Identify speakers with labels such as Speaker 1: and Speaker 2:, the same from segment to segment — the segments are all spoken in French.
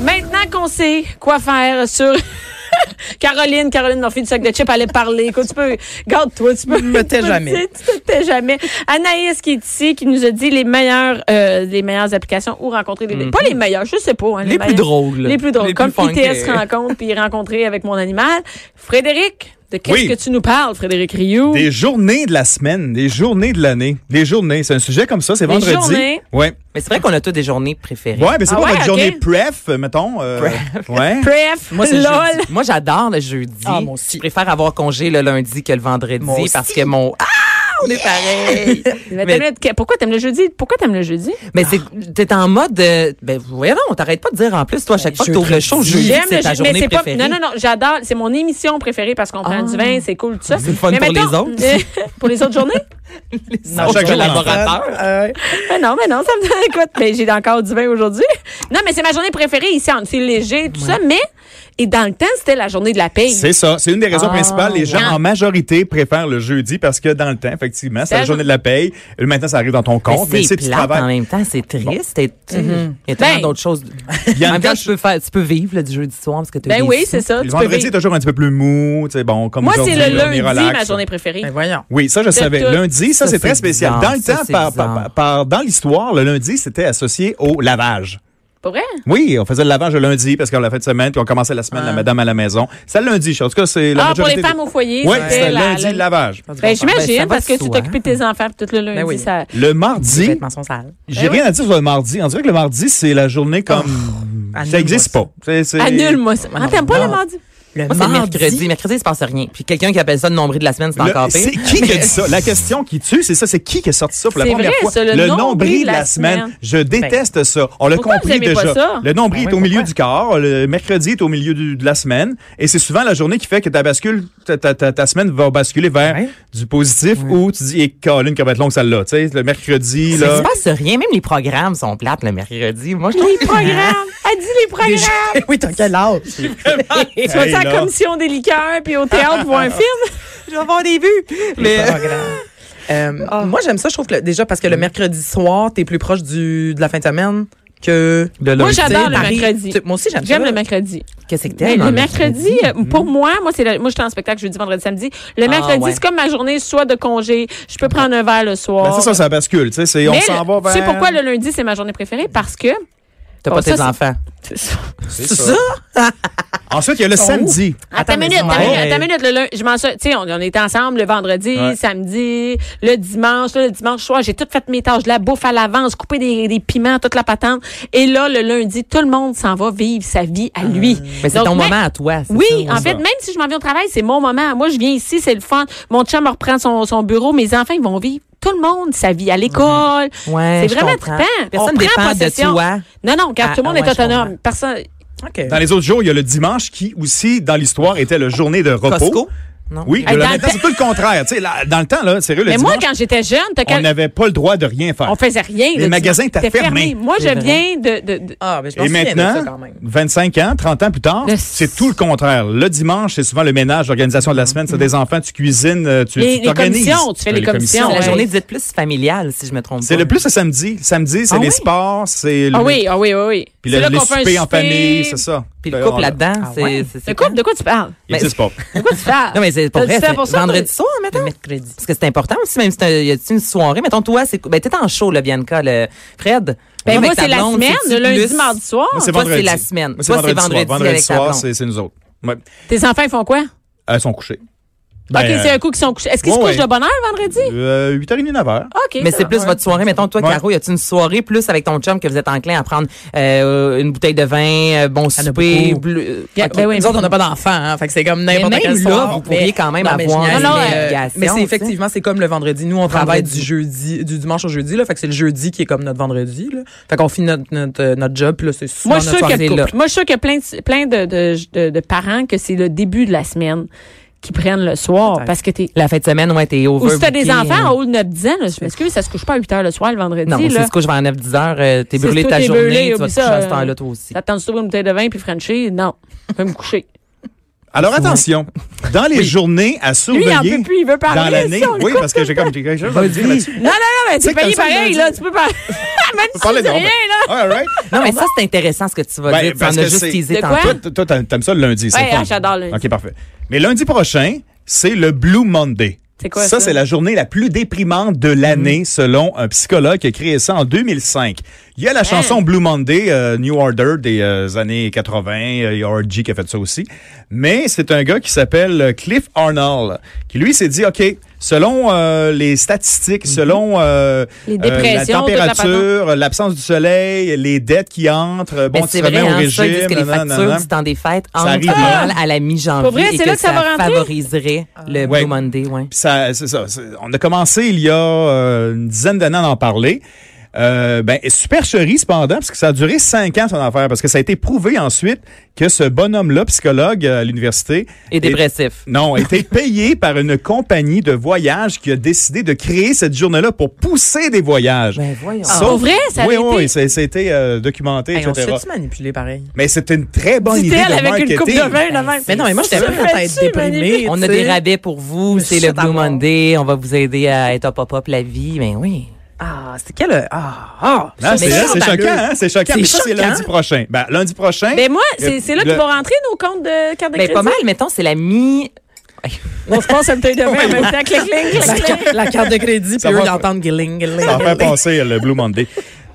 Speaker 1: Maintenant qu'on sait quoi faire sur Caroline, Caroline Murphy du sac de chips allait parler. Écoute, tu peux, garde-toi, tu peux.
Speaker 2: Je me tais
Speaker 1: tu peux-
Speaker 2: jamais.
Speaker 1: Tu te tais jamais. Anaïs qui est ici, qui nous a dit les meilleures, euh, les meilleures applications où rencontrer les, pas les meilleures, je sais pas, hein,
Speaker 2: Mhm. Les plus
Speaker 1: meilleures.
Speaker 2: drôles.
Speaker 1: Les plus drôles.
Speaker 2: Les
Speaker 1: comme
Speaker 2: plus funk,
Speaker 1: ITS
Speaker 2: euh.
Speaker 1: rencontre puis rencontrer avec mon animal. Frédéric, de qu'est-ce
Speaker 3: Oui.
Speaker 1: que tu nous parles, Frédéric Rioux?
Speaker 3: Des journées de la semaine, des journées de l'année, des journées. C'est un sujet comme ça, c'est
Speaker 1: Des
Speaker 3: vendredi.
Speaker 1: journées.
Speaker 3: Ouais.
Speaker 2: Mais c'est vrai qu'on a tous des journées préférées.
Speaker 3: Ouais, mais c'est
Speaker 1: Ah
Speaker 3: pas
Speaker 1: ouais,
Speaker 3: votre
Speaker 1: ok.
Speaker 3: journée pref, mettons. euh, ouais.
Speaker 1: Bref,
Speaker 2: Moi, c'est
Speaker 1: lol.
Speaker 2: jeudi. Moi, j'adore le jeudi. Ah, moi aussi.
Speaker 4: Je
Speaker 2: préfère avoir congé le lundi que le vendredi
Speaker 4: Moi aussi.
Speaker 2: parce que mon ah on est pareil.
Speaker 1: Mais
Speaker 2: Mais-
Speaker 1: t'aimes le- Pourquoi t'aimes le jeudi? Pourquoi t'aimes le jeudi?
Speaker 2: mais c'est t'es en mode euh, ben voyons, on t'arrête pas de dire en plus toi à chaque
Speaker 4: Ben,
Speaker 2: fois que t'ouvres le show
Speaker 4: jeudi.
Speaker 2: jeudi
Speaker 1: J'aime
Speaker 2: c'est
Speaker 1: le
Speaker 2: ta
Speaker 1: jeu- mais
Speaker 2: journée
Speaker 1: c'est pas.
Speaker 2: préférée.
Speaker 1: Non, non, non, j'adore. C'est mon émission préférée parce qu'on prend
Speaker 2: Ah.
Speaker 1: du vin, c'est cool, tout ça. euh,
Speaker 2: C'est le fun pour les autres.
Speaker 1: pour les autres journées?
Speaker 2: non,
Speaker 3: chaque jour,
Speaker 2: collaborateur.
Speaker 1: Ben non, mais non, ça me donne. Écoute, mais j'ai encore du vin aujourd'hui. Non, mais c'est ma journée préférée ici. en- C'est léger, tout ça. Mais, et dans le temps, c'était la journée de la paye.
Speaker 3: C'est ça. C'est une des raisons
Speaker 2: Ah,
Speaker 3: principales. Les gens,
Speaker 1: ouais.
Speaker 3: en majorité, préfèrent le jeudi parce que dans le temps, effectivement, c'est
Speaker 1: Ben,
Speaker 3: la journée de la paye. Maintenant, ça arrive dans ton compte. Mais,
Speaker 2: Mais
Speaker 3: tu
Speaker 2: c'est
Speaker 3: sais, tu
Speaker 2: plate en
Speaker 3: travailles.
Speaker 2: même temps, c'est triste. et- Il y a tellement
Speaker 1: Ben,
Speaker 2: d'autres choses. en
Speaker 3: une
Speaker 2: même temps,
Speaker 3: cache-
Speaker 2: tu peux, faire, tu peux vivre là, du jeudi soir parce que tu
Speaker 1: Ben oui, c'est ça.
Speaker 3: Le
Speaker 1: tu peux
Speaker 3: vendredi est
Speaker 1: vivre.
Speaker 3: toujours un petit peu plus mou. tu sais, Bon, comme
Speaker 1: Moi, c'est
Speaker 3: aujourd'hui,
Speaker 1: le
Speaker 3: là, on est
Speaker 1: lundi,
Speaker 3: relax.
Speaker 1: ma journée préférée.
Speaker 2: Ben
Speaker 4: Mais voyons.
Speaker 3: Oui, ça, je savais.
Speaker 1: tout.
Speaker 3: Lundi,
Speaker 2: Ça,
Speaker 3: ça, c'est
Speaker 2: c'est
Speaker 3: très spécial.
Speaker 2: bizarre.
Speaker 3: Dans le
Speaker 2: Ça,
Speaker 3: temps,
Speaker 2: c'est
Speaker 3: par, par-
Speaker 2: bizarre.
Speaker 3: par- dans l'histoire, le lundi, c'était associé au lavage.
Speaker 1: Pas vrai?
Speaker 3: Oui, on faisait le lavage le lundi parce qu'on la fin de semaine, puis on commençait la semaine, la madame à la maison. C'est le lundi, en tout cas, c'est la
Speaker 1: Ah, pour
Speaker 3: majorité
Speaker 1: les
Speaker 3: des-
Speaker 1: femmes au foyer.
Speaker 3: Oui,
Speaker 1: c'était
Speaker 3: c'était
Speaker 1: la-
Speaker 3: lundi,
Speaker 1: la-
Speaker 3: le lavage.
Speaker 1: Ben,
Speaker 2: Ben, ça
Speaker 1: j'imagine,
Speaker 2: va
Speaker 1: parce que
Speaker 2: de
Speaker 1: tu
Speaker 2: soi.
Speaker 1: t'occupais de tes enfants puis tout le lundi.
Speaker 4: Ben oui.
Speaker 1: ça...
Speaker 3: Le
Speaker 4: Les
Speaker 3: mardi,
Speaker 4: vêtements sont sales.
Speaker 3: j'ai
Speaker 1: Ben oui.
Speaker 3: rien à dire sur le mardi. On dirait que le mardi, c'est la journée comme.
Speaker 1: Oh,
Speaker 3: ça n'existe pas. C'est- c'est-
Speaker 1: Annule-moi ça. Ah, t'aimes pas
Speaker 2: Non.
Speaker 1: le mardi?
Speaker 4: Le
Speaker 2: Moi, c'est le
Speaker 4: mardi.
Speaker 2: mercredi. Mercredi, il se passe rien. Puis quelqu'un qui appelle ça le nombril de la semaine, c'est
Speaker 3: Le-
Speaker 2: encore
Speaker 3: C'est
Speaker 2: pire.
Speaker 3: qui qui a dit ça? La question qui tue, c'est ça. C'est qui qui a sorti ça pour la
Speaker 1: C'est
Speaker 3: première
Speaker 1: vrai,
Speaker 3: fois?
Speaker 1: ça, le nombril de la semaine. Ben,
Speaker 3: Je déteste ça. On l'a
Speaker 1: Pourquoi vous
Speaker 3: compris
Speaker 1: aimez pas
Speaker 3: déjà.
Speaker 1: ça?
Speaker 3: Le nombril
Speaker 4: Ben
Speaker 3: est au
Speaker 4: oui,
Speaker 3: milieu
Speaker 4: pourquoi?
Speaker 3: du corps. Le mercredi est au milieu du- de la semaine. Et c'est souvent la journée qui fait que ta bascule, ta, ta- ta- ta semaine va basculer vers
Speaker 4: Ouais.
Speaker 3: du positif ou tu dis, et Caroline, qu'elle va être longue celle-là. Tu sais, le mercredi,
Speaker 2: Il se
Speaker 3: là.
Speaker 2: passe rien. Même les programmes sont plates le mercredi. Moi, je trouve
Speaker 1: Les programmes! Elle dit les programmes!
Speaker 4: oui, t'as quel âge?
Speaker 1: Tu vas
Speaker 3: Hey,
Speaker 1: à la
Speaker 3: là.
Speaker 1: commission des liqueurs puis au théâtre voir un film?
Speaker 4: Je vais avoir des vues. Mais. Euh,
Speaker 2: Ah.
Speaker 4: Moi, j'aime ça. Je trouve que le- déjà, parce que le mercredi soir, t'es plus proche du, de la fin de semaine que.
Speaker 2: Le
Speaker 1: Moi,
Speaker 2: lundi,
Speaker 1: j'adore le
Speaker 4: Paris.
Speaker 1: mercredi.
Speaker 4: Tu- Moi aussi, j'aime ça.
Speaker 1: J'aime le mercredi.
Speaker 2: Qu'est-ce que
Speaker 1: Mais
Speaker 2: t'aimes?
Speaker 1: le
Speaker 2: hein,
Speaker 1: mercredi, Ah, euh, pour moi, moi, c'est le- moi, je suis en spectacle jeudi, vendredi, samedi. Le mercredi,
Speaker 2: ouais.
Speaker 1: c'est comme ma journée soit de congé. Je peux prendre un verre le
Speaker 3: Ben,
Speaker 1: soir.
Speaker 3: c'est ça, ça bascule. Tu sais, c'est- on
Speaker 1: Mais
Speaker 3: s'en
Speaker 1: le-
Speaker 3: va vers.
Speaker 1: Tu sais pourquoi le lundi, c'est ma journée préférée? Parce que.
Speaker 2: T'as
Speaker 1: Oh,
Speaker 2: pas
Speaker 1: ça,
Speaker 2: tes
Speaker 1: c'est-
Speaker 2: enfants.
Speaker 3: C'est ça. Ensuite, il y a le samedi.
Speaker 1: Attends une minute,
Speaker 4: mais-
Speaker 1: attends une minute,
Speaker 2: Ouais.
Speaker 1: attends une minute, le lundi, je m'en souviens, tu sais, on, on était ensemble le vendredi,
Speaker 3: Ouais.
Speaker 1: samedi, le dimanche, là, le dimanche soir, j'ai tout fait mes tâches, de la bouffe à l'avance, couper des, des piments, toute la patente. Et là, le lundi, tout le monde s'en va vivre sa vie à lui.
Speaker 2: Hum. Mais c'est
Speaker 1: Donc,
Speaker 2: ton
Speaker 1: même-
Speaker 2: moment à toi. c'est
Speaker 1: Oui,
Speaker 2: ça,
Speaker 1: en fait, même si je m'en viens au travail, c'est mon moment. Moi, je viens ici, c'est le fun. Mon chum me reprend son, son bureau, mes enfants, ils vont vivre tout le monde sa vie à l'école.
Speaker 2: Ouais,
Speaker 1: c'est
Speaker 2: je
Speaker 1: vraiment
Speaker 2: comprends.
Speaker 1: trippant.
Speaker 2: Personne
Speaker 1: On prend
Speaker 2: dépend de
Speaker 1: possession.
Speaker 2: toi.
Speaker 1: Non, non, car
Speaker 2: Ah,
Speaker 1: tout le monde
Speaker 2: ah
Speaker 1: est
Speaker 2: ouais, je
Speaker 1: autonome.
Speaker 2: comprends.
Speaker 1: Personne.
Speaker 4: OK.
Speaker 3: Dans les autres jours, il y a le dimanche qui aussi, dans l'histoire, était la journée de repos.
Speaker 2: Costco? Non.
Speaker 3: Oui,
Speaker 1: Hey,
Speaker 3: mais là,
Speaker 1: dans
Speaker 3: maintenant,
Speaker 1: le-
Speaker 3: c'est tout le contraire. Tu sais, là, dans le temps, là, sérieux, le
Speaker 1: Mais moi,
Speaker 3: dimanche,
Speaker 1: quand j'étais jeune, t'as
Speaker 3: on
Speaker 1: quand-
Speaker 3: n'avait pas le droit de rien faire.
Speaker 1: on faisait rien.
Speaker 3: Les
Speaker 1: le
Speaker 3: magasins
Speaker 1: dimanche.
Speaker 3: étaient
Speaker 1: C'était
Speaker 3: fermés.
Speaker 1: Moi, je
Speaker 2: C'est vrai.
Speaker 1: viens de. de- de-
Speaker 4: Ah, mais je pense
Speaker 3: Et
Speaker 4: que j'aime ça quand
Speaker 3: maintenant,
Speaker 4: même.
Speaker 3: 25 ans, 30 ans plus tard,
Speaker 1: Le-
Speaker 3: c'est tout le contraire. Le dimanche, c'est souvent le ménage, l'organisation de la semaine, c'est des enfants, tu cuisines, euh, tu
Speaker 1: Mm-hmm. Les-
Speaker 3: tu t'organises.
Speaker 1: les commissions, tu fais les commissions,
Speaker 2: C'est
Speaker 1: ouais.
Speaker 2: la journée dite plus familiale, si je me trompe
Speaker 3: C'est
Speaker 2: pas.
Speaker 3: le plus le samedi. Le samedi, c'est
Speaker 2: Ah
Speaker 3: les
Speaker 2: oui?
Speaker 3: sports, c'est le,
Speaker 1: Ah oui, ah oui, oui, oui.
Speaker 3: puis
Speaker 1: C'est
Speaker 3: le,
Speaker 1: là
Speaker 3: les
Speaker 1: qu'on fait un
Speaker 3: soupers en
Speaker 1: souper.
Speaker 3: famille, c'est ça.
Speaker 2: Puis le
Speaker 3: Ben, on-
Speaker 2: couple là-dedans, c'est.
Speaker 4: ouais?
Speaker 2: c'est- c'est
Speaker 1: Ah Le couple, de quoi tu parles?
Speaker 3: Il existe pas.
Speaker 1: De quoi tu parles?
Speaker 2: Non, mais c'est
Speaker 1: T'as
Speaker 2: pas
Speaker 1: du
Speaker 2: vrai.
Speaker 1: temps
Speaker 2: C'est
Speaker 1: pour ça,
Speaker 2: vendredi
Speaker 1: toi?
Speaker 2: soir, mettons.
Speaker 4: Le mercredi.
Speaker 2: Parce que c'est important aussi, même si t'as- y a-tu une soirée. Mettons, toi, c'est. Ben, t'es en show, là, Bianca, le Fred.
Speaker 1: Ben,
Speaker 2: Avec
Speaker 1: moi,
Speaker 2: ta
Speaker 1: c'est la
Speaker 2: blonde,
Speaker 1: semaine,
Speaker 2: c'est-tu
Speaker 1: le lundi,
Speaker 2: plus-
Speaker 1: mardi soir.
Speaker 3: Moi, c'est
Speaker 2: Toi,
Speaker 3: vendredi.
Speaker 2: c'est la semaine.
Speaker 3: Moi, c'est
Speaker 2: Toi, c'est
Speaker 3: vendredi, soir.
Speaker 2: vendredi
Speaker 3: Vendredi
Speaker 2: avec ta
Speaker 3: soir,
Speaker 2: blonde.
Speaker 3: c'est c'est nous autres. Ouais.
Speaker 1: Tes enfants, ils font quoi?
Speaker 3: Elles sont couchées.
Speaker 1: OK,
Speaker 3: Ben,
Speaker 1: c'est un coup qu'ils sont couchés. Est-ce qu'ils se
Speaker 3: ouais,
Speaker 1: couchent
Speaker 3: ouais.
Speaker 1: de bonne heure vendredi?
Speaker 3: euh, 8h30, 9h.
Speaker 1: OK.
Speaker 2: Mais
Speaker 1: ça
Speaker 2: c'est
Speaker 1: va.
Speaker 2: plus votre soirée. Mettons, toi,
Speaker 3: Ouais.
Speaker 2: Caro, y a-tu une soirée plus avec ton chum que vous êtes enclin à prendre euh, une bouteille de vin, euh, bon
Speaker 4: en a
Speaker 2: souper,
Speaker 4: beaucoup.
Speaker 2: bleu.
Speaker 1: Yeah,
Speaker 4: OK.
Speaker 1: ben oui,
Speaker 4: Nous
Speaker 1: mais-
Speaker 4: autres, on n'a pas d'enfants, hein. Fait que c'est comme n'importe
Speaker 2: Mais
Speaker 4: quel
Speaker 2: même
Speaker 4: soir.
Speaker 2: là, vous pourriez quand même
Speaker 4: Non, mais
Speaker 2: avoir
Speaker 4: je niaise,
Speaker 1: Non, non,
Speaker 4: mais,
Speaker 1: euh,
Speaker 4: euh,
Speaker 2: obligation,
Speaker 4: mais
Speaker 2: tu
Speaker 4: c'est
Speaker 2: sais.
Speaker 4: effectivement, c'est comme le vendredi. Nous, on travaille
Speaker 2: Vendredi.
Speaker 4: du jeudi, du dimanche au jeudi, là. Fait que c'est le jeudi qui est comme notre vendredi, là. Fait qu'on finit notre, notre, euh, notre job, puis là. C'est souvent
Speaker 1: Moi, je suis
Speaker 4: notre
Speaker 1: sûre qu'il y
Speaker 4: soirée,
Speaker 1: a-
Speaker 4: là.
Speaker 1: moi, je suis sûre qu'il y a plein de, plein de, de, de- de parents que c'est le début de la semaine qui prennent le soir
Speaker 4: Peut-être.
Speaker 1: parce que t'es.
Speaker 2: La fin de semaine, ouais, t'es over.
Speaker 1: Ou si t'as des
Speaker 2: booké,
Speaker 1: enfants
Speaker 2: euh,
Speaker 1: en haut de 9-10 ans, là, je m'excuse, ça se couche pas à 8 heures le soir le vendredi.
Speaker 2: Non, mais
Speaker 1: là.
Speaker 2: c'est ce que je vais en 9-10 heures. euh, t'es
Speaker 1: C'est
Speaker 2: brûlé
Speaker 1: ça,
Speaker 2: ta
Speaker 1: t'es
Speaker 2: journée,
Speaker 1: brûlé,
Speaker 2: tu vas
Speaker 1: oublie
Speaker 2: te coucher
Speaker 1: ça,
Speaker 2: à cette
Speaker 1: euh,
Speaker 2: heure-là, toi aussi.
Speaker 1: T'attends de s'ouvrir une bouteille de vin puis Frenchie? Non. Je vais me coucher.
Speaker 3: Alors attention, dans les journées
Speaker 1: Lui, il
Speaker 3: à
Speaker 1: en
Speaker 3: surveiller
Speaker 1: peut plus, il veut parler.
Speaker 3: dans l'année,
Speaker 1: ça, on
Speaker 3: oui,
Speaker 1: l'écoute.
Speaker 3: parce que j'ai comme j'ai quelque chose à
Speaker 2: Vas-y.
Speaker 3: dire là-dessus.
Speaker 1: Non, non, non, mais tu
Speaker 3: sais
Speaker 1: es
Speaker 3: que
Speaker 1: payé
Speaker 3: t'aimes ça,
Speaker 1: pareil,
Speaker 3: lundi.
Speaker 1: là. Tu peux pas. Même si tu
Speaker 3: Parlez
Speaker 1: dis
Speaker 3: donc.
Speaker 1: rien, là.
Speaker 3: All right.
Speaker 2: Non, mais ça, c'est intéressant ce que tu vas
Speaker 3: Ben,
Speaker 2: dire. Tu
Speaker 3: parce
Speaker 2: en as
Speaker 3: que
Speaker 2: juste
Speaker 3: c'est-
Speaker 2: teasé
Speaker 1: De
Speaker 2: tantôt.
Speaker 1: quoi?
Speaker 3: Toi, toi, t'aimes t'aimes ça le lundi, c'est
Speaker 1: Ouais,
Speaker 3: fun.
Speaker 1: ah, j'adore le lundi.
Speaker 3: OK, parfait. Mais lundi prochain, c'est le Blue Monday.
Speaker 1: C'est quoi ça? Mm-hmm.
Speaker 3: Ça, c'est la journée la plus déprimante de l'année, selon un psychologue qui a créé ça en 2005. Il y
Speaker 1: Hein?
Speaker 3: a la chanson Blue Monday, euh, New Order des euh, années 80. euh, Il y a R.G. qui a fait ça aussi. Mais c'est un gars qui s'appelle euh, Cliff Arnold, qui lui s'est dit, OK, selon euh, les statistiques, selon euh,
Speaker 1: Mm-hmm. Les
Speaker 3: euh, la
Speaker 1: dépressions, toute la
Speaker 3: température, l'absence du soleil, les dettes qui entrent,
Speaker 1: Ben,
Speaker 2: Mais
Speaker 3: bon, tu
Speaker 2: c'est
Speaker 3: te
Speaker 2: vrai,
Speaker 3: remets
Speaker 2: hein,
Speaker 3: au
Speaker 2: ça, ils disent que
Speaker 3: régime.
Speaker 2: les
Speaker 3: nanana,
Speaker 2: factures
Speaker 3: nanana.
Speaker 2: du temps des fêtes entrent
Speaker 3: arrive, hein.
Speaker 2: pas mal à la mi-janvier
Speaker 1: Pour vrai,
Speaker 2: et
Speaker 1: c'est
Speaker 2: que,
Speaker 1: là que ça
Speaker 2: ça,
Speaker 1: va rentrer? Ah.
Speaker 2: favoriserait le
Speaker 3: Ouais.
Speaker 2: Blue Monday. Ouais.
Speaker 3: Puis ça, c'est ça. c'est- On a commencé il y a euh, une dizaine d'années à en parler. Euh, ben, supercherie cependant, parce que ça a duré cinq ans son affaire, parce que ça a été prouvé ensuite que ce bonhomme-là, psychologue euh, à l'université,
Speaker 2: Et dépressif.
Speaker 3: non, a été payé par une compagnie de voyage qui a décidé de créer cette journée-là pour pousser des voyages.
Speaker 2: Ben voyons.
Speaker 3: Sauf-
Speaker 1: Pour vrai, ça a
Speaker 3: oui,
Speaker 1: été- Ben,
Speaker 3: oui, ça, ça a été euh, documenté,
Speaker 4: Hey, on se
Speaker 3: etc.
Speaker 4: fait-tu manipuler pareil?
Speaker 3: Mais c'était une très bonne idée
Speaker 1: Dit-elle
Speaker 3: de
Speaker 1: avec une coupe
Speaker 3: marketing.
Speaker 1: de vin, de même.
Speaker 4: Mais non, mais moi, j'étais
Speaker 1: Ça
Speaker 4: même à être
Speaker 1: fait-tu, Manu?
Speaker 4: déprimée.
Speaker 2: On a
Speaker 4: tu sais.
Speaker 2: des rabais pour vous,
Speaker 4: Mais
Speaker 2: c'est
Speaker 4: ça,
Speaker 2: le Blue
Speaker 4: d'abord.
Speaker 2: Monday, on va vous aider à être pop pop la vie, ben oui.
Speaker 4: Ah, c'est quel. Ah, ah.
Speaker 3: Non,
Speaker 4: ça,
Speaker 3: c'est
Speaker 2: Mais
Speaker 3: c'est
Speaker 4: scandaleux.
Speaker 3: choquant, hein? c'est choquant.
Speaker 4: C'est
Speaker 3: Mais ça, c'est
Speaker 4: choquant.
Speaker 3: lundi prochain. Ben, lundi prochain.
Speaker 1: Ben moi, c'est c'est là
Speaker 3: Le-
Speaker 1: qu'ils vont rentrer nos comptes de carte de
Speaker 2: Ben
Speaker 1: crédit.
Speaker 2: pas mal, mettons, c'est la mi
Speaker 1: On se passe un bouteille de vin en même temps. Clic, clic, clic,
Speaker 4: La,
Speaker 1: clic.
Speaker 4: ca- la carte de crédit,
Speaker 3: Ça
Speaker 4: puis eux,
Speaker 3: va-
Speaker 4: ils entendent guiling, guiling.
Speaker 3: Ça en fait penser le Blue Monday.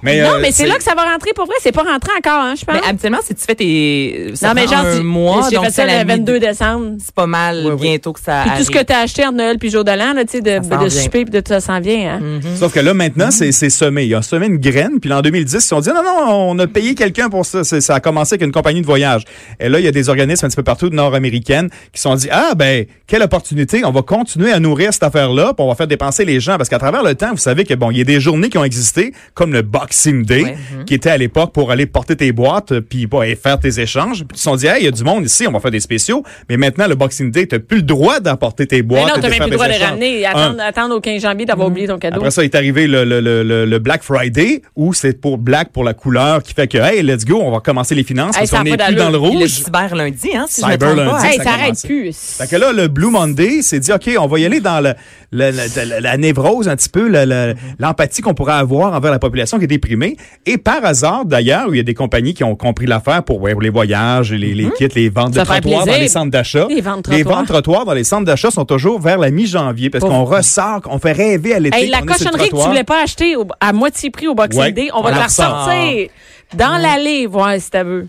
Speaker 3: Mais,
Speaker 1: Non,
Speaker 3: euh,
Speaker 1: mais c'est là que ça va rentrer pour vrai. C'est pas rentré encore, hein, je pense.
Speaker 2: Mais Ben, habituellement, si tu fais tes ça
Speaker 1: non, mais
Speaker 2: prend
Speaker 1: genre,
Speaker 2: un
Speaker 1: tu-
Speaker 2: mois,
Speaker 1: j'ai
Speaker 2: donc
Speaker 1: fait ça
Speaker 2: c'est la
Speaker 1: le
Speaker 2: mi-
Speaker 1: 22 décembre.
Speaker 2: C'est pas mal
Speaker 4: Oui, oui.
Speaker 2: bientôt que ça
Speaker 1: Puis tout
Speaker 2: arrive.
Speaker 1: ce que t'as acheté à Noël puis jour de l'an, là, tu sais, de,
Speaker 2: Ça s'en
Speaker 1: de
Speaker 2: vient.
Speaker 1: souper puis de tout ça s'en vient, hein.
Speaker 3: Sauf que là, maintenant, c'est c'est semé. Ils ont semé une graine, puis là, en 2010, ils se sont dit, non, non, on a payé quelqu'un pour ça. C'est- Ça a commencé avec une compagnie de voyage. Et là, il y a des organismes un petit peu partout nord-américaines qui se sont dit, ah, ben, quelle opportunité. On va continuer à nourrir cette affaire-là, puis on va faire dépenser les gens. Parce qu'à travers le temps, vous savez que, bon, il y a des journées qui ont existé, comme le Boxing Day,
Speaker 2: Ouais,
Speaker 1: mhm.
Speaker 3: qui était à l'époque pour aller porter tes boîtes, euh, puis bah, et faire tes échanges. Puis ils se sont dit, hey, il y a du monde ici, on va faire des spéciaux. Mais maintenant, le Boxing Day, t'as plus le droit d'apporter tes
Speaker 1: Mais
Speaker 3: boîtes.
Speaker 1: non,
Speaker 3: et
Speaker 1: t'as
Speaker 3: de
Speaker 1: même
Speaker 3: faire
Speaker 1: plus le
Speaker 3: des
Speaker 1: droit de les
Speaker 3: échanges.
Speaker 1: ramener. Attendre, attendre au 15 janvier d'avoir oublié ton cadeau.
Speaker 3: Après ça, est arrivé le, le, le, le- le Black Friday où c'est pour black pour la couleur qui fait que hey, let's go, on va commencer les finances
Speaker 1: Hey,
Speaker 3: parce
Speaker 1: ça a
Speaker 3: qu'on
Speaker 1: pas
Speaker 3: n'est plus
Speaker 1: d'allure.
Speaker 3: dans le
Speaker 2: Puis le
Speaker 3: rouge.
Speaker 2: cyber lundi hein, si je
Speaker 3: Cyber
Speaker 2: me trompe pas.
Speaker 3: lundi,
Speaker 1: hey,
Speaker 3: ça
Speaker 1: ça
Speaker 3: commence.
Speaker 1: arrête plus.
Speaker 3: Fait que là, le Blue Monday s'est dit, OK, on va y aller dans le- le- le- la, la névrose un petit peu, le- le- l'empathie qu'on pourrait avoir envers la population qui est déprimée. Et par hasard, d'ailleurs, il y a des compagnies qui ont compris l'affaire pour, ouais, pour les voyages, les, les kits, les ventes de
Speaker 1: Mhm. Ça fait
Speaker 3: trottoirs dans
Speaker 1: plaisir.
Speaker 3: les centres d'achat.
Speaker 1: Les ventes
Speaker 3: Les
Speaker 1: trottoirs.
Speaker 3: ventes trottoirs dans les centres d'achat sont toujours vers la mi-janvier parce
Speaker 1: Pauvre.
Speaker 3: qu'on ressort, on fait rêver à l'été.
Speaker 1: Hey, la
Speaker 3: qu'on est sur le
Speaker 1: cochonnerie que tu
Speaker 3: trottoir.
Speaker 1: voulais pas acheter au- à moitié prix au Boxing
Speaker 3: Ouais,
Speaker 1: Day, on
Speaker 2: on
Speaker 1: va te
Speaker 2: la
Speaker 1: la
Speaker 2: ressort.
Speaker 1: ressortir dans l'allée, voir si t'as vu.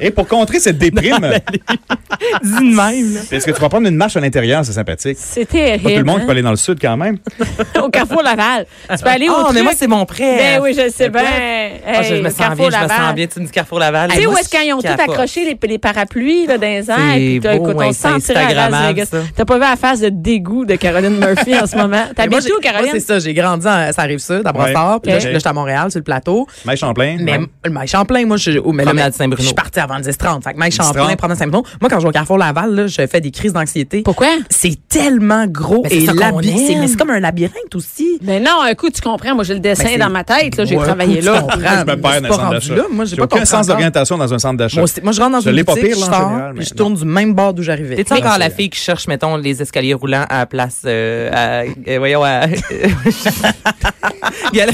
Speaker 3: Et pour contrer cette déprime,
Speaker 2: Dis de même. là.
Speaker 3: Est-ce que tu vas prendre une marche à l'intérieur, c'est sympathique.
Speaker 1: C'est
Speaker 3: Pas tout le
Speaker 1: terrible.
Speaker 3: monde qui peut
Speaker 1: hein.
Speaker 3: aller dans le sud quand même.
Speaker 1: Au Carrefour Laval. Tu peux aller au
Speaker 2: Oh, mais moi
Speaker 1: truc.
Speaker 2: c'est mon prêt.
Speaker 1: Ben oui, je sais
Speaker 2: Le
Speaker 1: bien.
Speaker 2: prêt. Ah,
Speaker 1: Hey,
Speaker 2: je, je me sens
Speaker 1: Carrefour
Speaker 2: bien, je me
Speaker 1: Laval.
Speaker 2: sens bien. Tu me dis Carrefour Laval.
Speaker 1: Tu sais
Speaker 2: Hey,
Speaker 1: où
Speaker 2: moi,
Speaker 1: est-ce qu'ils ont
Speaker 2: je
Speaker 1: tout
Speaker 2: capote.
Speaker 1: accroché les, les parapluies là, dans les airs?
Speaker 2: C'est
Speaker 1: Puis t'as-
Speaker 2: beau,
Speaker 1: écoute,
Speaker 2: ouais,
Speaker 1: on
Speaker 2: c'est
Speaker 1: sentirait à Las
Speaker 2: Instagrammable,
Speaker 1: Vegas.
Speaker 2: ça.
Speaker 1: T'as pas vu la face de dégoût de Caroline Murphy en ce moment?
Speaker 4: Mais moi,
Speaker 1: T'habites
Speaker 4: j'ai-
Speaker 1: où,
Speaker 4: moi,
Speaker 1: Caroline?
Speaker 4: C'est ça, j'ai grandi, à- ça arrive ça, d'abord
Speaker 3: Ouais.
Speaker 4: tard. Puis là,
Speaker 1: Ok.
Speaker 4: je- là, j'étais à Montréal, sur le plateau.
Speaker 3: Mike Champlain.
Speaker 4: Mais
Speaker 3: ouais.
Speaker 4: le Mike Champlain, moi, je, oh, mais là,
Speaker 2: Promenade
Speaker 4: mais-
Speaker 2: Saint-Bruno.
Speaker 4: je suis partie avant 10h30. Fait que Mike
Speaker 3: 10h30.
Speaker 4: Champlain, promenade Saint-Bruno. Moi, quand je vais au Carrefour Laval, là, je fais des crises d'anxiété.
Speaker 1: Pourquoi?
Speaker 4: C'est tellement gros
Speaker 2: Mais c'est
Speaker 4: et
Speaker 2: ça qu'on
Speaker 4: labyrinthe.
Speaker 2: aime.
Speaker 4: C'est- Mais c'est comme un labyrinthe aussi.
Speaker 1: Mais non, un coup, tu comprends. Moi, j'ai le dessin
Speaker 4: Ben, c'est-
Speaker 1: dans ma tête. là, J'ai
Speaker 4: Ouais, un
Speaker 1: travaillé
Speaker 4: coup,
Speaker 1: là.
Speaker 4: tu comprends.
Speaker 3: Moi, je me
Speaker 4: ah, mais
Speaker 3: perds
Speaker 4: c'est
Speaker 3: dans
Speaker 4: pas
Speaker 3: un centre
Speaker 4: rendu
Speaker 3: d'achat.
Speaker 4: là. Moi, j'ai
Speaker 3: J'ai
Speaker 4: pas
Speaker 3: aucun
Speaker 4: compris
Speaker 3: sens
Speaker 4: encore.
Speaker 3: d'orientation dans un centre d'achat.
Speaker 4: Moi, aussi, moi, je rentre dans
Speaker 3: Je
Speaker 4: une
Speaker 3: l'ai pas
Speaker 4: boutique,
Speaker 3: pire,
Speaker 4: je
Speaker 3: là, en
Speaker 4: sors,
Speaker 3: général, mais
Speaker 4: puis je tourne du même bord d'où j'arrivais.
Speaker 2: T'es-tu encore
Speaker 3: c'est
Speaker 2: la
Speaker 3: vrai.
Speaker 2: fille qui cherche, mettons, les escaliers roulants à place, euh, à, euh, voyons, à, Galère-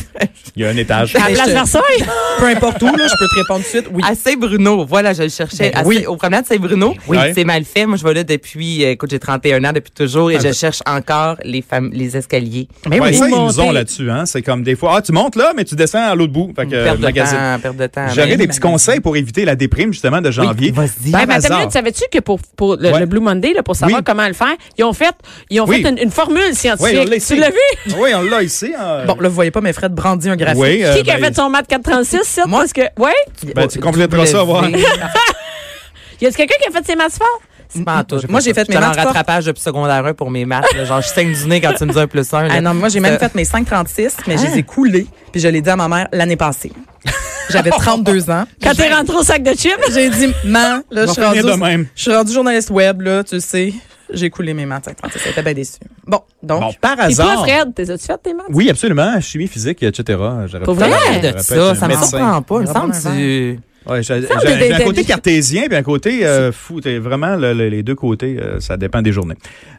Speaker 3: Il y a un étage.
Speaker 1: À
Speaker 4: Mais je
Speaker 1: Place
Speaker 4: te-
Speaker 1: Versailles?
Speaker 4: Peu importe où, là, je peux te répondre tout de suite. Oui.
Speaker 2: à Saint-Bruno. Voilà, je le cherchais.
Speaker 4: Ben
Speaker 2: À
Speaker 4: oui.
Speaker 2: Saint- au promenade Saint-Bruno.
Speaker 3: Oui. Ouais.
Speaker 2: C'est mal fait. Moi, je vais là depuis, euh, écoute, j'ai 31 ans depuis
Speaker 1: Ah
Speaker 2: toujours et
Speaker 1: ben.
Speaker 2: je cherche encore les fam- les escaliers.
Speaker 4: Mais
Speaker 3: Ouais,
Speaker 4: oui.
Speaker 3: ça, ils
Speaker 1: Où
Speaker 3: nous ont
Speaker 1: monter?
Speaker 3: là-dessus. Hein? C'est comme des fois, ah, tu montes là, mais tu descends à l'autre bout. Fait que, euh,
Speaker 2: perte de
Speaker 3: magazine.
Speaker 2: temps, perte de
Speaker 4: Ah,
Speaker 2: temps.
Speaker 3: J'aurais
Speaker 4: ben
Speaker 2: Mais-
Speaker 3: des petits conseils pour éviter la déprime, justement, de janvier.
Speaker 2: vas-y.
Speaker 3: Par
Speaker 1: Hey, mais attends une
Speaker 3: hasard.
Speaker 1: minute, savais-tu que pour, pour le,
Speaker 3: Ouais.
Speaker 1: le Blue Monday, là, pour savoir
Speaker 3: Oui.
Speaker 1: comment le faire, ils ont fait, ils ont
Speaker 3: Oui.
Speaker 1: fait une, une formule
Speaker 3: Oui, on
Speaker 1: scientifique.
Speaker 3: l'a ici.
Speaker 1: tu l'as vu?
Speaker 3: Oui, on l'a ici. hein.
Speaker 4: Bon, là, vous voyez pas, mais Fred brandit un graphique.
Speaker 3: Oui, euh,
Speaker 1: qui qui a
Speaker 3: ben,
Speaker 1: fait son maths 436? ça?
Speaker 4: Moi.
Speaker 1: Parce que, ouais?
Speaker 3: Ben, tu compléteras ça, voir.
Speaker 1: Y a quelqu'un qui a fait ses maths forts?
Speaker 2: Pas en tout.
Speaker 4: Moi, j'ai fait mes
Speaker 2: J'étais en
Speaker 4: maths fortes.
Speaker 2: rattrapage depuis secondaire 1 pour mes maths. là. Genre, je saigne du nez quand tu me dis un plus un. là.
Speaker 4: Ah non, moi, j'ai même
Speaker 2: Ça-
Speaker 4: fait mes 5,36, mais
Speaker 3: Ah.
Speaker 4: je les ai coulés, puis je l'ai dit à ma mère l'année passée. J'avais 32 ans.
Speaker 1: Quand t'es rentré au sac de chips?
Speaker 4: J'ai dit, man, là, je suis
Speaker 3: finir
Speaker 4: rendue
Speaker 3: de
Speaker 4: au-
Speaker 3: même.
Speaker 4: Je suis rendu journaliste web, là, tu sais. J'ai coulé mes maths 5,36. J'étais bien déçue. Bon, donc.
Speaker 3: Bon, par
Speaker 1: Et toi,
Speaker 3: hasard.
Speaker 1: Fred, t'es as-tu fait tes maths?
Speaker 3: Oui, absolument. Chimie physique, etc. J'aurais
Speaker 1: Pour
Speaker 3: pu-
Speaker 1: vrai?
Speaker 3: j'aurais
Speaker 2: de
Speaker 3: pu être
Speaker 2: ça, ça me
Speaker 3: médecin.
Speaker 2: surprend pas. Il me
Speaker 4: Prends
Speaker 2: semble
Speaker 4: un
Speaker 2: que tu...
Speaker 3: Ouais, j'ai-
Speaker 1: Semble
Speaker 3: j'ai- j'ai un
Speaker 1: d'être
Speaker 3: côté
Speaker 1: habitué.
Speaker 3: cartésien puis un côté euh, fou. T'es vraiment le- le- les deux côtés, euh, ça dépend des journées.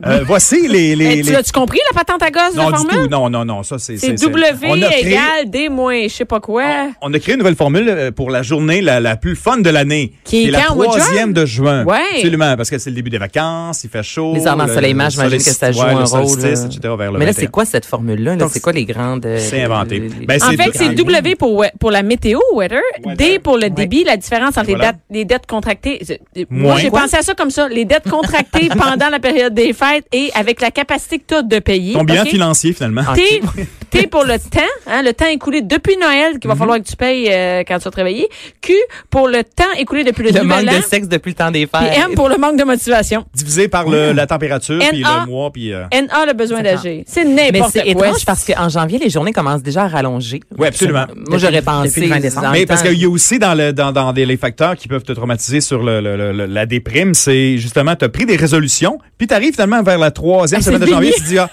Speaker 3: Euh, voici les. les,
Speaker 1: Eh, tu
Speaker 3: les-
Speaker 1: l'as-tu compris, la patente à gosse de
Speaker 3: Non,
Speaker 1: la
Speaker 3: du
Speaker 1: formule?
Speaker 3: tout. Non, non, non. Ça, c'est.
Speaker 1: C'est
Speaker 3: c'est-
Speaker 1: W
Speaker 3: on a créé-
Speaker 1: égale D moins je sais pas quoi.
Speaker 3: On a créé une nouvelle formule euh, pour la journée la, la plus fun de l'année.
Speaker 1: Qui est
Speaker 3: la
Speaker 1: quand, au mois de
Speaker 3: troisième de juin.
Speaker 1: Ouais.
Speaker 3: Absolument, parce que c'est le début des vacances, il fait chaud.
Speaker 2: Les heures
Speaker 3: le-
Speaker 2: d'ensoleillement,
Speaker 3: le
Speaker 2: j'imagine que ça
Speaker 3: solstice,
Speaker 2: joue
Speaker 3: ouais,
Speaker 2: un
Speaker 3: le
Speaker 2: rôle.
Speaker 3: solstice,
Speaker 2: là.
Speaker 1: euh.
Speaker 3: etc., vers le
Speaker 2: Mais là,
Speaker 3: 21.
Speaker 2: c'est quoi cette formule-là? là?
Speaker 4: Donc,
Speaker 2: C'est quoi les grandes. euh,
Speaker 3: c'est inventé.
Speaker 2: les- les-
Speaker 3: Ben,
Speaker 1: En
Speaker 3: c'est
Speaker 1: fait,
Speaker 3: du-
Speaker 1: c'est W pour, we- pour la météo, weather, D pour le débit, la différence entre
Speaker 3: Voilà.
Speaker 1: les, dates, les dettes contractées. Je- euh,
Speaker 3: Moins.
Speaker 1: Moi, j'ai
Speaker 3: Quoi?
Speaker 1: pensé à ça comme ça. Les dettes contractées pendant la période des fêtes et avec la capacité que tu as de payer.
Speaker 3: Ton bilan
Speaker 1: OK? Ah.
Speaker 3: financier, finalement.
Speaker 1: T, T pour le temps, hein, le temps écoulé depuis Noël
Speaker 3: Mhm.
Speaker 1: qu'il va falloir que tu payes euh, quand tu vas travailler. Q pour le temps écoulé depuis le,
Speaker 2: le
Speaker 1: nouvel
Speaker 2: manque
Speaker 1: an.
Speaker 2: de sexe depuis le temps des
Speaker 1: Puis
Speaker 2: fêtes.
Speaker 1: M pour le manque de motivation.
Speaker 3: Divisé par le- la température,
Speaker 1: N.A.
Speaker 3: puis le mois, puis. euh,
Speaker 1: NA, le besoin
Speaker 2: D'accord.
Speaker 1: d'agir. C'est
Speaker 2: Mais
Speaker 1: n'importe
Speaker 2: c'est
Speaker 1: quoi.
Speaker 2: étrange parce qu'en janvier, les journées commencent déjà à rallonger.
Speaker 3: Oui, absolument.
Speaker 2: Moi, j'aurais
Speaker 4: Depuis-
Speaker 2: pensé.
Speaker 4: depuis le 20 décembre.
Speaker 2: en
Speaker 3: Mais
Speaker 2: même
Speaker 3: parce
Speaker 2: temps-
Speaker 3: qu'il y a aussi dans, le, dans, dans des- les facteurs qui peuvent te traumatiser sur le, le- le- le- la déprime, c'est justement, tu as pris des résolutions, puis tu arrives finalement vers la troisième
Speaker 1: Ah,
Speaker 3: semaine de
Speaker 1: c'est
Speaker 3: janvier,
Speaker 1: fini.
Speaker 3: tu te dis, ah,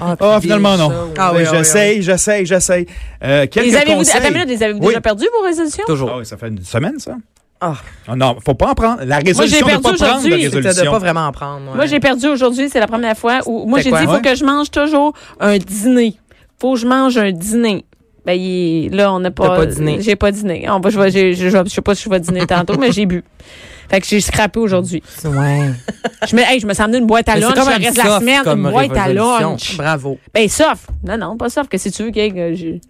Speaker 2: Ah,
Speaker 3: ah, finalement non.
Speaker 4: Ah
Speaker 3: Ben,
Speaker 4: oui, ah oui,
Speaker 3: j'essaye, j'essaye, j'essaye. Euh, quelques
Speaker 1: les avez-vous
Speaker 3: conseils.
Speaker 1: attends une minute, les avez-vous
Speaker 3: Oui.
Speaker 1: déjà perdu vos résolutions?
Speaker 2: Toujours.
Speaker 3: Ah oui, ça fait une semaine, ça.
Speaker 4: Ah.
Speaker 3: Ah Non, faut pas en prendre. La résolution
Speaker 1: j'ai
Speaker 3: de pas
Speaker 1: perdu
Speaker 3: prendre de
Speaker 1: aujourd'hui.
Speaker 4: C'était de
Speaker 3: résolution.
Speaker 4: pas vraiment en prendre. ouais.
Speaker 1: Moi, j'ai perdu aujourd'hui. C'est la première fois où moi,
Speaker 4: C'était
Speaker 1: j'ai dit,
Speaker 4: quoi?
Speaker 1: il faut
Speaker 3: Ouais.
Speaker 1: que je mange toujours un dîner. faut que je mange un dîner. Ben, il est- là, on n'a pas,
Speaker 2: pas dîné.
Speaker 1: J'ai pas dîné. On va, je, vais- j'ai- je, je- je sais pas si je vais dîner tantôt, mais j'ai bu. Fait que j'ai scrappé aujourd'hui.
Speaker 2: Ouais.
Speaker 1: Je me, hey, je me suis emmené une boîte à
Speaker 2: Mais c'est
Speaker 1: lunch.
Speaker 2: quand
Speaker 1: Je
Speaker 2: même
Speaker 1: reste la
Speaker 2: soft
Speaker 1: semaine,
Speaker 2: comme
Speaker 1: une boîte à
Speaker 2: révolution.
Speaker 1: lunch.
Speaker 4: Bravo.
Speaker 1: Ben, sauf. Non, non, pas sauf que si tu veux qu'il y ait, euh, j'ai-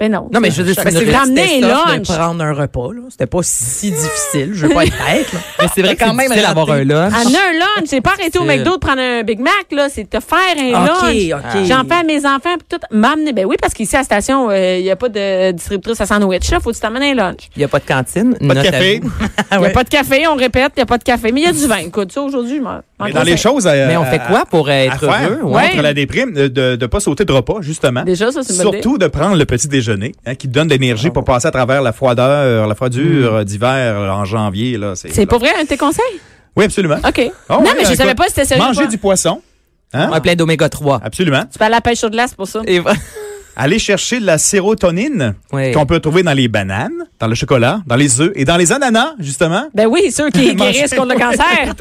Speaker 1: Ben, non.
Speaker 2: Non, mais je veux dire, c'est une-
Speaker 1: c'est
Speaker 4: C'était
Speaker 1: d'emmener
Speaker 4: soft
Speaker 1: un lunch.
Speaker 4: de prendre un repas. là. C'était pas si difficile. Je veux pas être bête. là.
Speaker 2: Mais c'est vrai que
Speaker 4: Quand
Speaker 2: c'est
Speaker 4: même
Speaker 2: difficile
Speaker 4: raté.
Speaker 2: d'avoir un lunch.
Speaker 1: En un lunch, c'est pas arrêter au
Speaker 2: C'est-
Speaker 1: McDo de prendre un Big Mac, là, c'est te faire un
Speaker 4: OK,
Speaker 1: lunch.
Speaker 4: OK.
Speaker 1: J'en fais à mes enfants, puis tout. M'amener. Ben oui, parce qu'ici, à la station, euh, il n'y a pas de distributrice à sandwich, là. Faut que tu t'amènes un lunch.
Speaker 2: Il n'y a pas de cantine.
Speaker 3: Pas de café.
Speaker 1: Il
Speaker 3: euh,
Speaker 1: n'y a
Speaker 4: ouais.
Speaker 1: pas de café, on répète, il n'y a pas de café. Mais il y a du vin. Écoute, ça, aujourd'hui, je m'en. m'en
Speaker 3: Mais dans les
Speaker 1: conseille.
Speaker 3: choses à,
Speaker 2: Mais on fait
Speaker 3: à-
Speaker 2: quoi pour
Speaker 3: à
Speaker 2: être
Speaker 3: faire
Speaker 2: heureux?
Speaker 1: Ouais.
Speaker 3: contre la déprime, de ne pas sauter de repas, justement.
Speaker 1: Déjà, ça, c'est une bonne idée. Ah
Speaker 3: Surtout de prendre le petit déjeuner hein, qui te donne de l'énergie pour passer à travers la froideur, la froidure euh, d'hiver euh, en janvier. Là, c'est,
Speaker 1: Mm. C'est pas vrai, un de tes conseils?
Speaker 3: Oui, absolument.
Speaker 1: OK.
Speaker 3: Ah
Speaker 1: non,
Speaker 3: oui,
Speaker 1: mais je
Speaker 3: écoute,
Speaker 1: savais pas si c'était sérieux. ou
Speaker 3: Manger
Speaker 1: pas.
Speaker 3: du poisson. Hein?
Speaker 2: Un plein d'oméga 3.
Speaker 3: Absolument.
Speaker 1: Tu peux aller à la pêche sur glace pour ça.
Speaker 2: Et va-
Speaker 3: Aller chercher de la sérotonine
Speaker 2: Ouais.
Speaker 3: qu'on peut trouver dans les bananes, dans le chocolat, dans les œufs et dans les ananas, justement.
Speaker 1: Ben oui, ceux qui, qui
Speaker 3: Manger-
Speaker 1: risquent contre le cancer.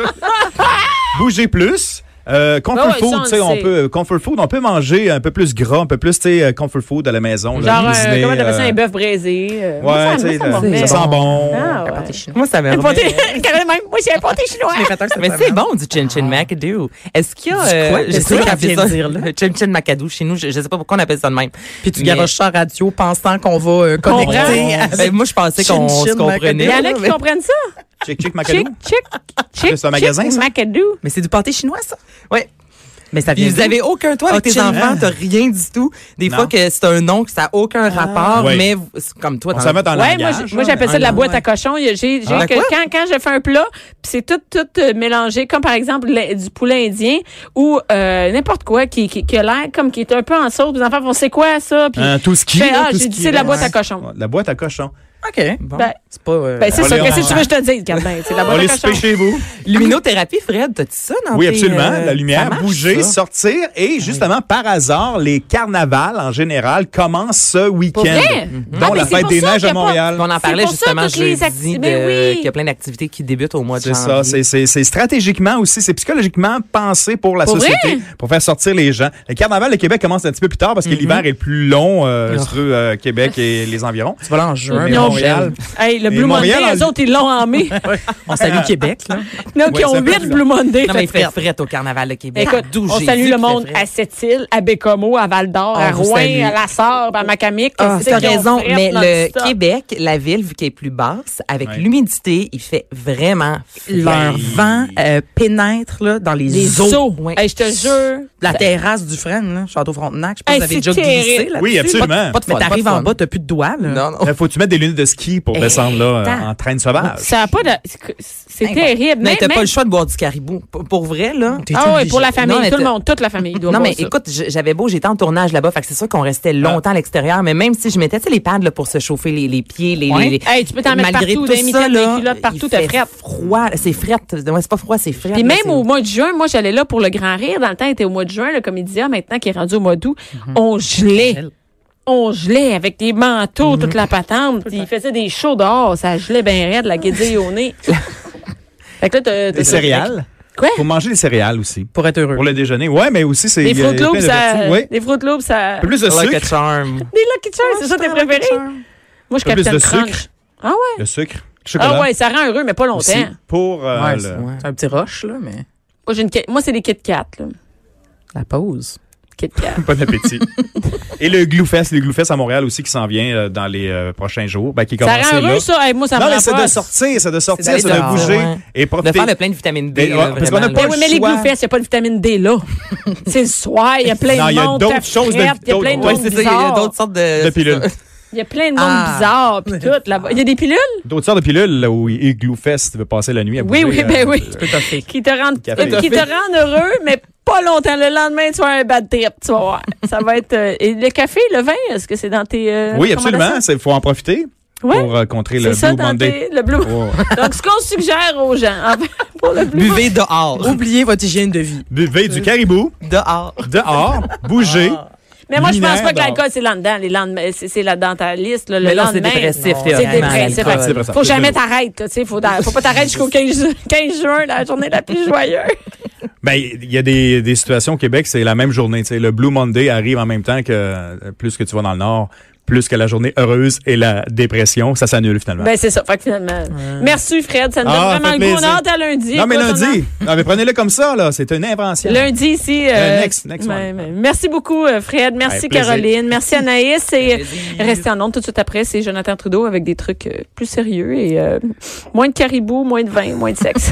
Speaker 3: Bouger plus. Euh, comfort
Speaker 1: Ah ouais, ça,
Speaker 3: food,
Speaker 1: on le
Speaker 3: tu sais, on
Speaker 1: sait.
Speaker 3: peut euh, comfort food, on peut manger un peu plus gras, un peu plus, tu sais, euh, comfort food à la maison, là,
Speaker 1: Genre, euh,
Speaker 3: cuisiner,
Speaker 1: comment t'appelles ça,
Speaker 3: euh,
Speaker 1: un bœuf braisé? euh, moi,
Speaker 3: Ouais,
Speaker 1: ça-
Speaker 3: tu
Speaker 1: moi,
Speaker 3: sais,
Speaker 1: ça
Speaker 3: là,
Speaker 1: me remet.
Speaker 3: ça sent bon.
Speaker 1: Ah, ouais.
Speaker 4: Un pâté chinois.
Speaker 2: Moi, ça me
Speaker 1: Un
Speaker 2: remet-
Speaker 1: pâté- Carole, même, Moi, j'ai un pâté chinois.
Speaker 4: Je l'ai fait un cette
Speaker 2: Mais c'est
Speaker 4: semaine.
Speaker 2: bon du Chin
Speaker 3: Ah.
Speaker 2: Chin McAdoo. Est-ce qu'il y a. euh,
Speaker 4: Du quoi?
Speaker 2: je sais
Speaker 4: C'est ça
Speaker 2: qu'on
Speaker 4: qu'elle
Speaker 2: appelle
Speaker 4: vient
Speaker 2: ça
Speaker 4: de dire, là.
Speaker 2: le Chin Chin McAdoo chez nous. Je, je sais pas pourquoi on appelle ça de même.
Speaker 4: Puis tu
Speaker 2: Mais-
Speaker 4: garoches ça en radio pensant qu'on va euh,
Speaker 1: Comprends.
Speaker 4: connecter. à-
Speaker 2: Ben, moi, je pensais
Speaker 4: Chin
Speaker 2: qu'on
Speaker 4: Chin
Speaker 2: se
Speaker 1: Il
Speaker 2: comprenait.
Speaker 1: y en a qui
Speaker 4: Mais-
Speaker 1: comprennent ça.
Speaker 3: Chick, chick, macadou.
Speaker 1: Chick, chick, chick.
Speaker 3: C'est un magasin,
Speaker 1: chick,
Speaker 3: ça?
Speaker 1: Macadou.
Speaker 4: Mais c'est du pâté chinois, ça?
Speaker 2: Oui.
Speaker 4: Mais ça vient
Speaker 2: Puis vous
Speaker 4: d'où?
Speaker 2: avez aucun toit avec
Speaker 4: Ah,
Speaker 2: tes
Speaker 4: Chin-
Speaker 2: enfants, t'as rien du tout. Des
Speaker 3: Non.
Speaker 2: fois que c'est un nom que ça a aucun rapport,
Speaker 3: Ouais.
Speaker 2: mais vous- c'est comme toi,
Speaker 3: On
Speaker 2: t'en-
Speaker 3: s'en met dans le
Speaker 1: Ouais, moi,
Speaker 3: langage,
Speaker 1: j'-
Speaker 3: là.
Speaker 1: moi j'appelle ça de
Speaker 2: Ah,
Speaker 1: la
Speaker 2: non,
Speaker 1: boîte
Speaker 2: ouais.
Speaker 1: à cochon. J'ai, j'ai
Speaker 2: Ah,
Speaker 1: que
Speaker 2: quoi?
Speaker 1: quand, quand je fais un plat, puis c'est tout, tout euh, mélangé, comme par exemple le- du poulet indien ou euh, n'importe quoi qui, qui, qui a l'air comme qui est un peu en sauce. Les enfants vont, c'est quoi ça? Puis
Speaker 3: Hein, tout ce qui
Speaker 1: je fais,
Speaker 3: là,
Speaker 1: ah,
Speaker 3: tout ce
Speaker 1: j'ai dit,
Speaker 3: qui,
Speaker 1: c'est de la
Speaker 3: là.
Speaker 1: boîte à cochon.
Speaker 3: Ouais, La boîte à cochon.
Speaker 4: OK.
Speaker 2: Bon.
Speaker 1: Ben,
Speaker 4: C'est pas. euh,
Speaker 1: ben, c'est
Speaker 3: On
Speaker 1: ça.
Speaker 3: les-
Speaker 1: Qu'est-ce que tu
Speaker 3: on-
Speaker 1: veux que je te dise, Gabin? C'est de la
Speaker 3: On
Speaker 1: boîte
Speaker 3: les
Speaker 1: à cochon.
Speaker 3: souper chez vous.
Speaker 2: Luminothérapie, Fred, t'as-tu ça dans
Speaker 3: Oui,
Speaker 2: tes,
Speaker 3: absolument.
Speaker 2: euh,
Speaker 3: la
Speaker 2: ça
Speaker 3: lumière,
Speaker 2: marche,
Speaker 3: bouger,
Speaker 2: ça? Ah
Speaker 3: sortir. Et justement, par hasard, les carnavals en général commencent ce week-end.
Speaker 1: vrai?
Speaker 3: Dont
Speaker 1: Ah, mais
Speaker 3: la
Speaker 1: c'est
Speaker 3: fête
Speaker 1: pour
Speaker 3: des
Speaker 1: ça
Speaker 3: neiges
Speaker 1: qu'il y
Speaker 3: à
Speaker 1: a pas-
Speaker 3: Montréal.
Speaker 2: On en parlait
Speaker 1: pour ça,
Speaker 2: justement
Speaker 1: toutes les
Speaker 2: jeudi
Speaker 1: acti-
Speaker 2: de-
Speaker 1: Ben oui.
Speaker 2: qu'il y a plein d'activités qui débutent au mois de
Speaker 3: C'est
Speaker 2: janvier.
Speaker 3: ça, c'est- c'est c'est stratégiquement aussi, c'est psychologiquement pensé pour la
Speaker 1: Pour vrai?
Speaker 3: société, pour faire sortir les gens. Le carnaval de Québec commence un petit peu plus tard parce que
Speaker 1: Mm-hmm.
Speaker 3: l'hiver est le plus long euh,
Speaker 2: Oh.
Speaker 3: sur euh, Québec et les environs.
Speaker 4: Tu vas là en juin.
Speaker 3: Mais
Speaker 4: là,
Speaker 1: Non.
Speaker 3: Montréal,
Speaker 1: Hey, le
Speaker 3: Et
Speaker 1: Blue
Speaker 3: Montréal,
Speaker 1: Monday,
Speaker 3: en-
Speaker 1: eux autres, ils l'ont en mai.
Speaker 4: On
Speaker 1: Ah.
Speaker 4: salue Québec, là.
Speaker 1: Donc, ils
Speaker 3: Ouais, ça
Speaker 1: ont
Speaker 3: fait
Speaker 1: huit
Speaker 3: plus
Speaker 1: Blue Monday.
Speaker 2: Non, mais il
Speaker 1: cette
Speaker 2: fait fret au Carnaval de Québec.
Speaker 1: Écoute,
Speaker 2: D'où
Speaker 1: on
Speaker 2: j'ai
Speaker 1: salue
Speaker 2: dit
Speaker 1: le
Speaker 2: qu'il
Speaker 1: monde
Speaker 2: fait fret.
Speaker 1: à Sept-Îles, à Bécomo, à Val-d'Or, à
Speaker 4: On vous
Speaker 1: Rouen,
Speaker 4: salue.
Speaker 1: à La Sarre, à Macamic.
Speaker 2: Ah,
Speaker 1: Qu'est-ce
Speaker 2: t'as
Speaker 1: qu'ils ont
Speaker 2: raison,
Speaker 1: fait
Speaker 2: mais
Speaker 1: dans
Speaker 2: le
Speaker 1: tout ça?
Speaker 2: Québec, la ville, vu qu'elle est plus basse, avec
Speaker 3: Ouais.
Speaker 2: l'humidité, il fait vraiment frais.
Speaker 4: Leur vent euh, pénètre là, dans les,
Speaker 1: Ben, Les
Speaker 4: eaux.
Speaker 1: eaux.
Speaker 2: ouais.
Speaker 1: Hey, je te jure.
Speaker 4: La terrasse du Fresne, là, Château-Frontenac, je pense
Speaker 1: Hey,
Speaker 4: que vous avez
Speaker 1: c'est
Speaker 4: déjà glissé
Speaker 1: terrible.
Speaker 4: là.
Speaker 3: Oui, absolument.
Speaker 2: Pas de
Speaker 4: Mais
Speaker 2: fun,
Speaker 4: t'arrives
Speaker 2: pas de
Speaker 4: en
Speaker 2: fun.
Speaker 4: bas, t'as plus de doigts, là.
Speaker 2: Non, non.
Speaker 3: Là, Euh, faut-tu mettre des lunettes de ski
Speaker 1: Eh,
Speaker 3: pour descendre là euh, en train de
Speaker 2: Ah,
Speaker 3: sauvage.
Speaker 1: Ça a pas de. C'est terrible.
Speaker 2: Mais
Speaker 1: Même,
Speaker 2: t'as pas
Speaker 1: même-
Speaker 2: le choix de boire du caribou. P- Pour vrai, là.
Speaker 4: T'es
Speaker 1: Ah ouais,
Speaker 4: obligé.
Speaker 1: pour la famille,
Speaker 2: Non, mais
Speaker 1: tout le
Speaker 2: t'as-
Speaker 1: monde, toute la famille doit
Speaker 2: Non,
Speaker 1: boire
Speaker 2: mais
Speaker 1: ça.
Speaker 2: écoute, je- j'avais beau, j'étais en tournage là-bas, fait que c'est sûr qu'on
Speaker 4: Ah.
Speaker 2: restait longtemps à l'extérieur, mais même si je mettais, tu sais, les pads là, pour se chauffer les, les pieds, les,
Speaker 4: Ouais.
Speaker 2: les- les-
Speaker 1: Hey, tu peux t'en mettre
Speaker 2: malgré
Speaker 1: partout,
Speaker 2: tout
Speaker 1: des
Speaker 2: ça,
Speaker 1: mitaines,
Speaker 2: là,
Speaker 1: des culottes partout,
Speaker 2: il
Speaker 1: t'as
Speaker 2: fait
Speaker 1: frette.
Speaker 2: froid, c'est frette. Ouais, c'est pas froid, c'est frette.
Speaker 1: Puis
Speaker 2: là,
Speaker 1: même
Speaker 2: c'est-
Speaker 1: au mois de juin, moi j'allais là
Speaker 2: Mhm.
Speaker 1: pour le grand rire. Dans le temps, était au mois de juin, le comédien maintenant qui est rendu au mois d'août, on gelait. on gelait avec des
Speaker 2: Mhm.
Speaker 1: manteaux, toute la patente. Puis Ils faisaient des shows dehors, ça gelait bien raide, la guédille au nez. fait que là, t'as- t'as-
Speaker 3: Des céréales.
Speaker 1: Quoi?
Speaker 3: Faut manger des céréales aussi.
Speaker 4: Pour être heureux.
Speaker 3: Pour le déjeuner. Ouais, mais aussi, c'est.
Speaker 1: Des
Speaker 3: il y a-
Speaker 2: euh,
Speaker 1: Fruit
Speaker 3: il y a
Speaker 1: Loops,
Speaker 3: plein de
Speaker 1: ça. Ah,
Speaker 3: vertus. Oui.
Speaker 1: Des Fruit Loops, ça.
Speaker 3: Un peu plus de
Speaker 2: Like a
Speaker 3: sucre.
Speaker 2: charm.
Speaker 1: Des Lucky Charms, c'est ça tes préférés? Moi, je
Speaker 3: Un peu plus
Speaker 1: capitaine
Speaker 3: de
Speaker 1: Crunch.
Speaker 3: sucre.
Speaker 1: Ah ouais?
Speaker 3: Le sucre.
Speaker 1: Ah
Speaker 3: Chocolat.
Speaker 1: ouais, ça rend heureux, mais pas longtemps.
Speaker 3: aussi Pour. euh,
Speaker 4: Ouais,
Speaker 3: le-
Speaker 4: c'est ouais. C'est un petit roche, là, mais
Speaker 1: Moi, j'ai une Kit- Moi, c'est des Kit Kat, là.
Speaker 4: la pause.
Speaker 1: Kit Kat.
Speaker 3: Bon appétit. Et le Gloufest, le Gloufest à Montréal aussi qui s'en vient euh, dans les euh, prochains jours. Ben, qui
Speaker 1: ça
Speaker 3: commence
Speaker 1: rend
Speaker 3: là.
Speaker 1: heureux, ça. Hey, moi, ça me
Speaker 3: non,
Speaker 1: rend
Speaker 3: mais c'est
Speaker 1: pas.
Speaker 3: de sortir, c'est de sortir,
Speaker 4: d'aller
Speaker 3: c'est de
Speaker 4: dehors,
Speaker 3: bouger
Speaker 4: ouais.
Speaker 3: et
Speaker 2: De
Speaker 3: profiter.
Speaker 2: faire le plein de vitamine B.
Speaker 3: Mais,
Speaker 2: là,
Speaker 3: ouais, parce qu'on a
Speaker 2: vraiment,
Speaker 3: pas
Speaker 1: Ben
Speaker 2: là.
Speaker 3: le
Speaker 1: oui, mais les
Speaker 3: choix.
Speaker 1: Bluefest, il n'y a pas de vitamine D là. c'est le soir, il y a plein
Speaker 3: Non,
Speaker 1: de
Speaker 3: il y a
Speaker 1: monde.
Speaker 3: d'autres
Speaker 1: t'as
Speaker 3: choses de-
Speaker 1: frette, Il y a
Speaker 3: d'autres-
Speaker 1: plein de
Speaker 3: Ouais,
Speaker 1: monde
Speaker 2: c'est ça, il y a
Speaker 1: bizarre.
Speaker 2: d'autres sortes de.
Speaker 3: De pilules.
Speaker 1: Il y a plein de monde
Speaker 4: Ah.
Speaker 1: bizarre, puis tout là-bas. Il y a des pilules?
Speaker 3: D'autres sortes de pilules là, où et Gloufest veut passer la nuit à
Speaker 1: Oui,
Speaker 3: bouger.
Speaker 1: oui,
Speaker 3: euh,
Speaker 1: ben oui.
Speaker 4: Toffé.
Speaker 1: Qui te rendent
Speaker 3: Café.
Speaker 1: qui te rendent heureux, mais pas longtemps. Le lendemain, tu vas avoir un bad trip, tu vas voir. Ça va être. euh, et le café, le vin, est-ce que c'est dans tes. euh,
Speaker 3: Oui, absolument. Il faut en profiter
Speaker 1: Ouais.
Speaker 3: pour euh, contrer le
Speaker 1: C'est ça
Speaker 3: Blue
Speaker 1: dans
Speaker 3: Monday.
Speaker 1: tes, le Blue
Speaker 3: Oh.
Speaker 1: Donc, ce qu'on suggère aux gens en fait, pour le Blue
Speaker 2: Buvez dehors.
Speaker 4: Oubliez votre hygiène de vie.
Speaker 3: Buvez du caribou
Speaker 2: Dehors.
Speaker 3: dehors, bougez.
Speaker 1: Ah. Mais moi, je pense pas
Speaker 3: Lunaire
Speaker 1: que l'alcool, c'est là-dedans. Les lendemains, c'est c'est là dans ta liste. là, le
Speaker 2: Mais là, c'est
Speaker 1: lendemain,
Speaker 2: dépressif,
Speaker 1: non, C'est
Speaker 2: théoriquement,
Speaker 1: dépressif.
Speaker 2: l'alcool.
Speaker 1: Fait-
Speaker 3: C'est dépressif.
Speaker 1: Faut jamais t'arrêter. là, tu sais, Faut, dans- faut pas t'arrêter jusqu'au 15, ju- 15 juin, la journée la plus joyeuse.
Speaker 3: Ben, il y a des, des situations au Québec, c'est la même journée. tu sais. Le Blue Monday arrive en même temps que euh, plus que tu vas dans le Nord, plus que la journée heureuse et la dépression, ça s'annule finalement.
Speaker 1: Ben, c'est ça. Fait que finalement. Merci, Fred. Ça nous donne
Speaker 3: Ah,
Speaker 1: vraiment
Speaker 3: fait
Speaker 1: le goût. On a
Speaker 3: plaisir.
Speaker 1: hâte à lundi.
Speaker 3: non, mais
Speaker 1: Écoute, on a-
Speaker 3: lundi, non, mais prenez-le comme ça, là. C'est une invention.
Speaker 1: Lundi ici.
Speaker 3: Euh, next- next
Speaker 1: ben,
Speaker 3: one.
Speaker 1: ben, merci beaucoup, euh, Fred. Merci,
Speaker 3: Ouais, plaisir.
Speaker 1: Caroline. Merci, Anaïs. Et
Speaker 2: Plaisir.
Speaker 1: restez en ondes tout de suite après. C'est Jonathan Trudeau avec des trucs euh, plus sérieux et euh, moins de caribou, moins de vin, moins de sexe.